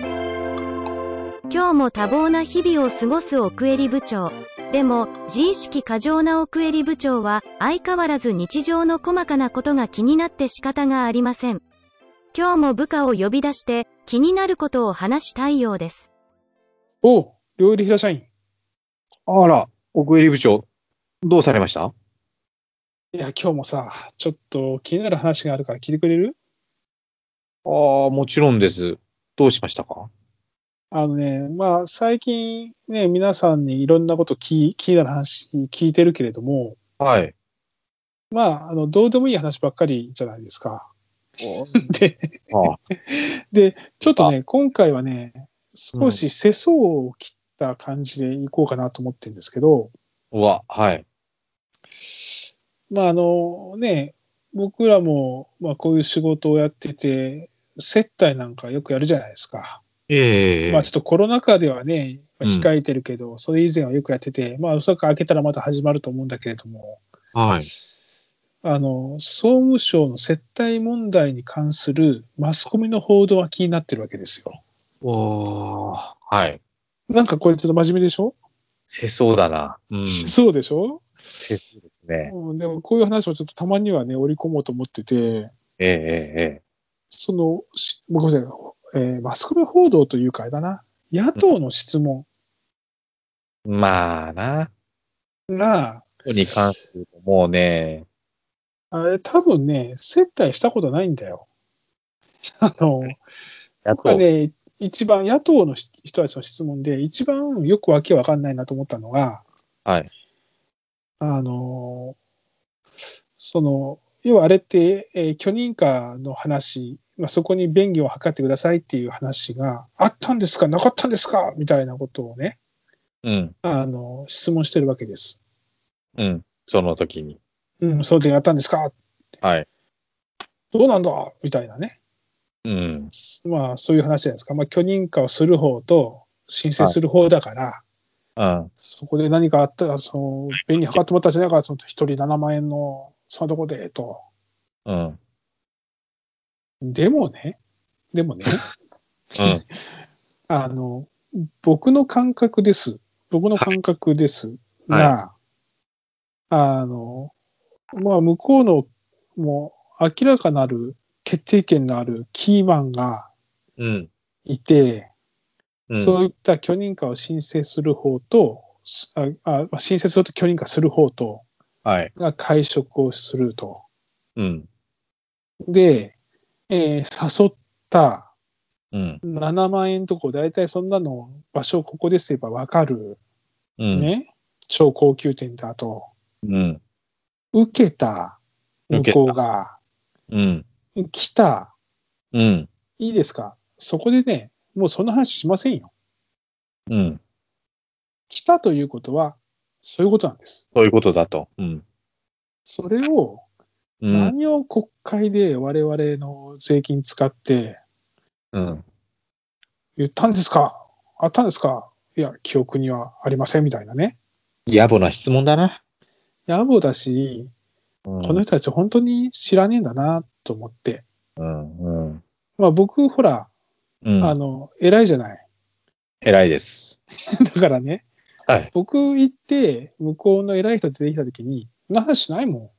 今日も多忙な日々を過ごす奥襟部長。でも、自意識過剰な奥襟部長は、相変わらず日常の細かなことが気になって仕方がありません。今日も部下を呼び出して、気になることを話したいようです。おう、料理平社員。あら、奥襟部長、どうされましたいや、今日もさ、ちょっと気になる話があるから聞いてくれるああ、もちろんです。どうしましたかあのね、まあ、最近ね、皆さんにいろんなこと気気になる話聞いてるけれども、はい。まあ、あの、どうでもいい話ばっかりじゃないですか。 で、 あちょっとね、今回はね、少し世相を切った感じでいこうかなと思ってるんですけど、あ、わ、はい。まあ、あのね、僕らも、まあ、こういう仕事をやってて、接待なんかよくやるじゃないですか。ええまあちょっとコロナ禍ではね、まあうん控えてるけど、それ以前はよくやってて、まあおそらく開けたらまた始まると思うんだけれども、はい。あの、総務省の接待問題に関するマスコミの報道は気になってるわけですよ。おーはい。なんかこれちょっと真面目でしょ、せそうだな。う ん。そうでしょ、せそうですね。うん、でもこういう話をちょっとたまにはね、織り込もうと思ってて、えええその、しごめんなさい、えーマスコミ報道というかあれだな、野党の質問えまあな。が、ここに関するともうね、あれ多分ね、接待したことないんだよ。 あの、やっ僕はと、ね、一番野党のし人たちの質問で、一番よくわけわかんないなと思ったのが、はい。あのーその、要はあれって、えー許認可の話、まあ、そこに便宜を図ってくださいっていう話があったんですか、なかったんですかみたいなことをね、うん、あの質問してるわけです。うん。その時に。うん、その点やったんですかはい。どうなんだみたいなね。うん。まあ、そういう話じゃないですか。まあ、許認可をする方と申請する方だから、うん。そこで何かあったら、その、便に測ってもらったじゃないから、その一人7万円の、そのとこで、と。うん。うん。でもね、でもね、あの、僕の感覚です。僕の感覚ですが、あの、まあ、向こうの、もう、明らかなる、決定権のあるキーマンがうん。いて、うん。 そういった許認可を申請する方と、すああまあ申請すると許認可する方と、はい。が会食をすると。うん。で、えー誘ったうん。 7万円とこ、だいたいそんなの場所ここですればわかる、うん。ね、超高級店だと、うん。受けた、向こうが、うん。来た、うん。いいですか、そこでね、もうその話しませんよ。うん。来たということは、そういうことなんです。そういうことだと。うん。それを、うん。何を国会で我々の税金使って、うん。言ったんですかあったんですかいや、記憶にはありませんみたいなね。野暮な質問だな。野暮だし、うんこの人たち本当に知らねえんだなと思って。うん。うん。まあ僕、ほら、うあん。の、偉いじゃない。 偉いです。だからね、はい僕行って、向こうの偉い人出てきたときに、そんな話しないも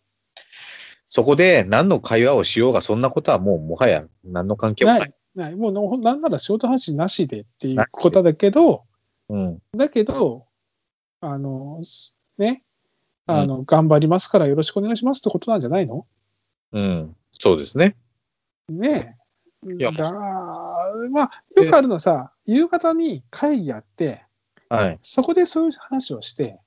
そこで何の会話をしようが、そんなことはもうもはや何の関ん。係もなない。い。ない。もうの、なんなら仕事話なしでっていうことだけど、うん。だけど、あの、すね、あの、頑張りますからよろしくお願いしますってことなんじゃないのうん。そうですね。ねえ。いやだまあ、よくあるのはさ、夕方に会議やって、はい。そこでそういう話をして、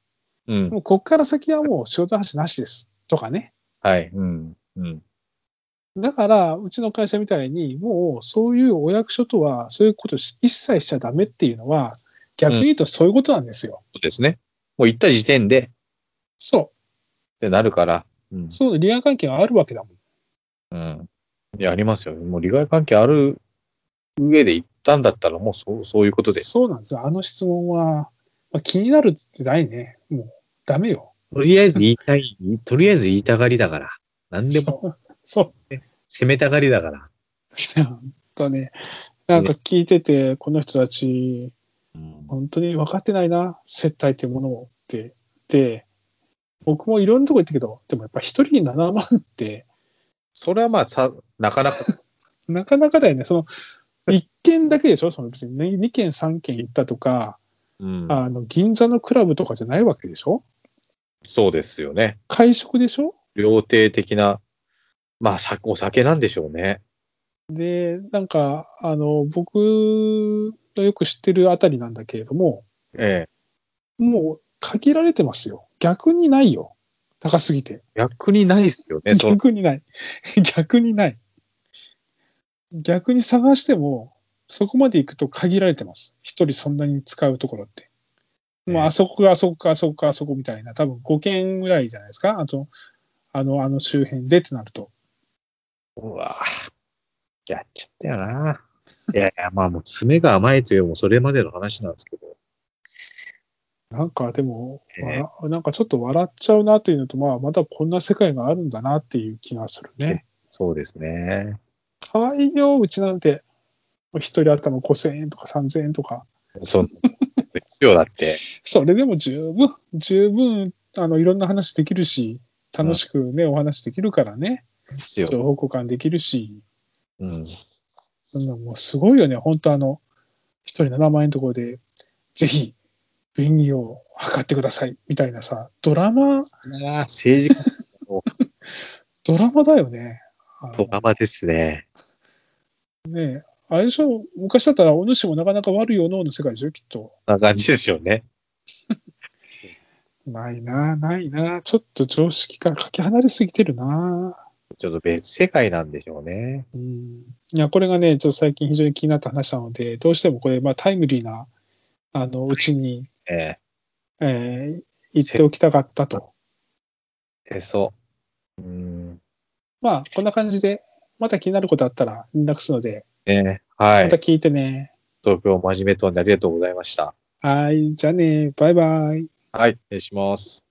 うん。もうこっから先はもう仕事の話なしですとかね。はい。うん。うん。だから、うちの会社みたいに、もうそういうお役所とは、そういうことし一切しちゃダメっていうのは、逆に言うとそういうことなんですよ。そうですね。もう行った時点でっそてなるから。うんう。。そういう利害関係があるわけだもん。うん。いや、ありますよ。もう利害関係ある上で行ったんだったら、もうそうそういうことで。そうなんですよ。あの質問は、まあ、気になるってないね。もう、ダメよ。とりあえず言いたい、とりあえず言いたがりだから。何でもそう。 そう。攻めたがりだから。なんかね、なんか聞いてて、この人たち、うん本当に分かってないな、接待ってものをって。で、僕もいろんなとこ行ったけど、でもやっぱ一人に7万って、それはまあさ、なかな か、なかなかだよね。その、1軒だけでしょその別に2軒3軒行ったとか、うん、あの、銀座のクラブとかじゃないわけでしょそうですよね。会食でしょ料亭的な、まあ、さお酒なんでしょうね。で、なんか、あの、僕のよく知ってるあたりなんだけれども、ええ。もう限られてますよ。逆にないよ。高すぎて。逆にないですよ ね。その逆にない。 逆にない。逆に探しても、そこまで行くと限られてます。一人そんなに使うところって。ねまあ、あそこか、あそこか、あそこか、あそこみたいな、多分5軒ぐらいじゃないですか。あと、あの、あの周辺でってなると。うわぁやっちゃったよな。いやいや、まあもう爪が甘いというよりもそれまでの話なんですけど。なんかでも、ねわらなんかちょっと笑っちゃうなというのと、まあ、まだこんな世界があるんだなっていう気がするね。そうですね。可愛いよ、うちなんて。一人頭5000円とか3000円とか。その必要だって。それでも十分、十分、あの、いろんな話できるし、楽しくね、お話できるからね、必情要。報交換できるし、うん。そんなもうすごいよね、本当あの、一人7万円のところで、ぜひ、便宜を図ってください、みたいなさ、ドラマ、政治家ドラマだよね。あドラマですね。のねあれでしょ、昔だったら、お主もなかなか悪いおのおの世界でしょ、きっと。こんな感じですよね。ないな、ないな、ちょっと常識からかけ離れすぎてるな。ちょっと別世界なんでしょうね。うんいや、これがね、ちょっと最近非常に気になった話なので、どうしてもこれ、まあ、タイムリーな、あの、うちに、ええー言っておきたかったと。え。えそう。うん。まあ、こんな感じで、また気になることあったら連絡するので、ねはまいた。聞いてね。東京真面目とんでありがとうございました。はい、じゃあね、バイバイ。はい。失礼します。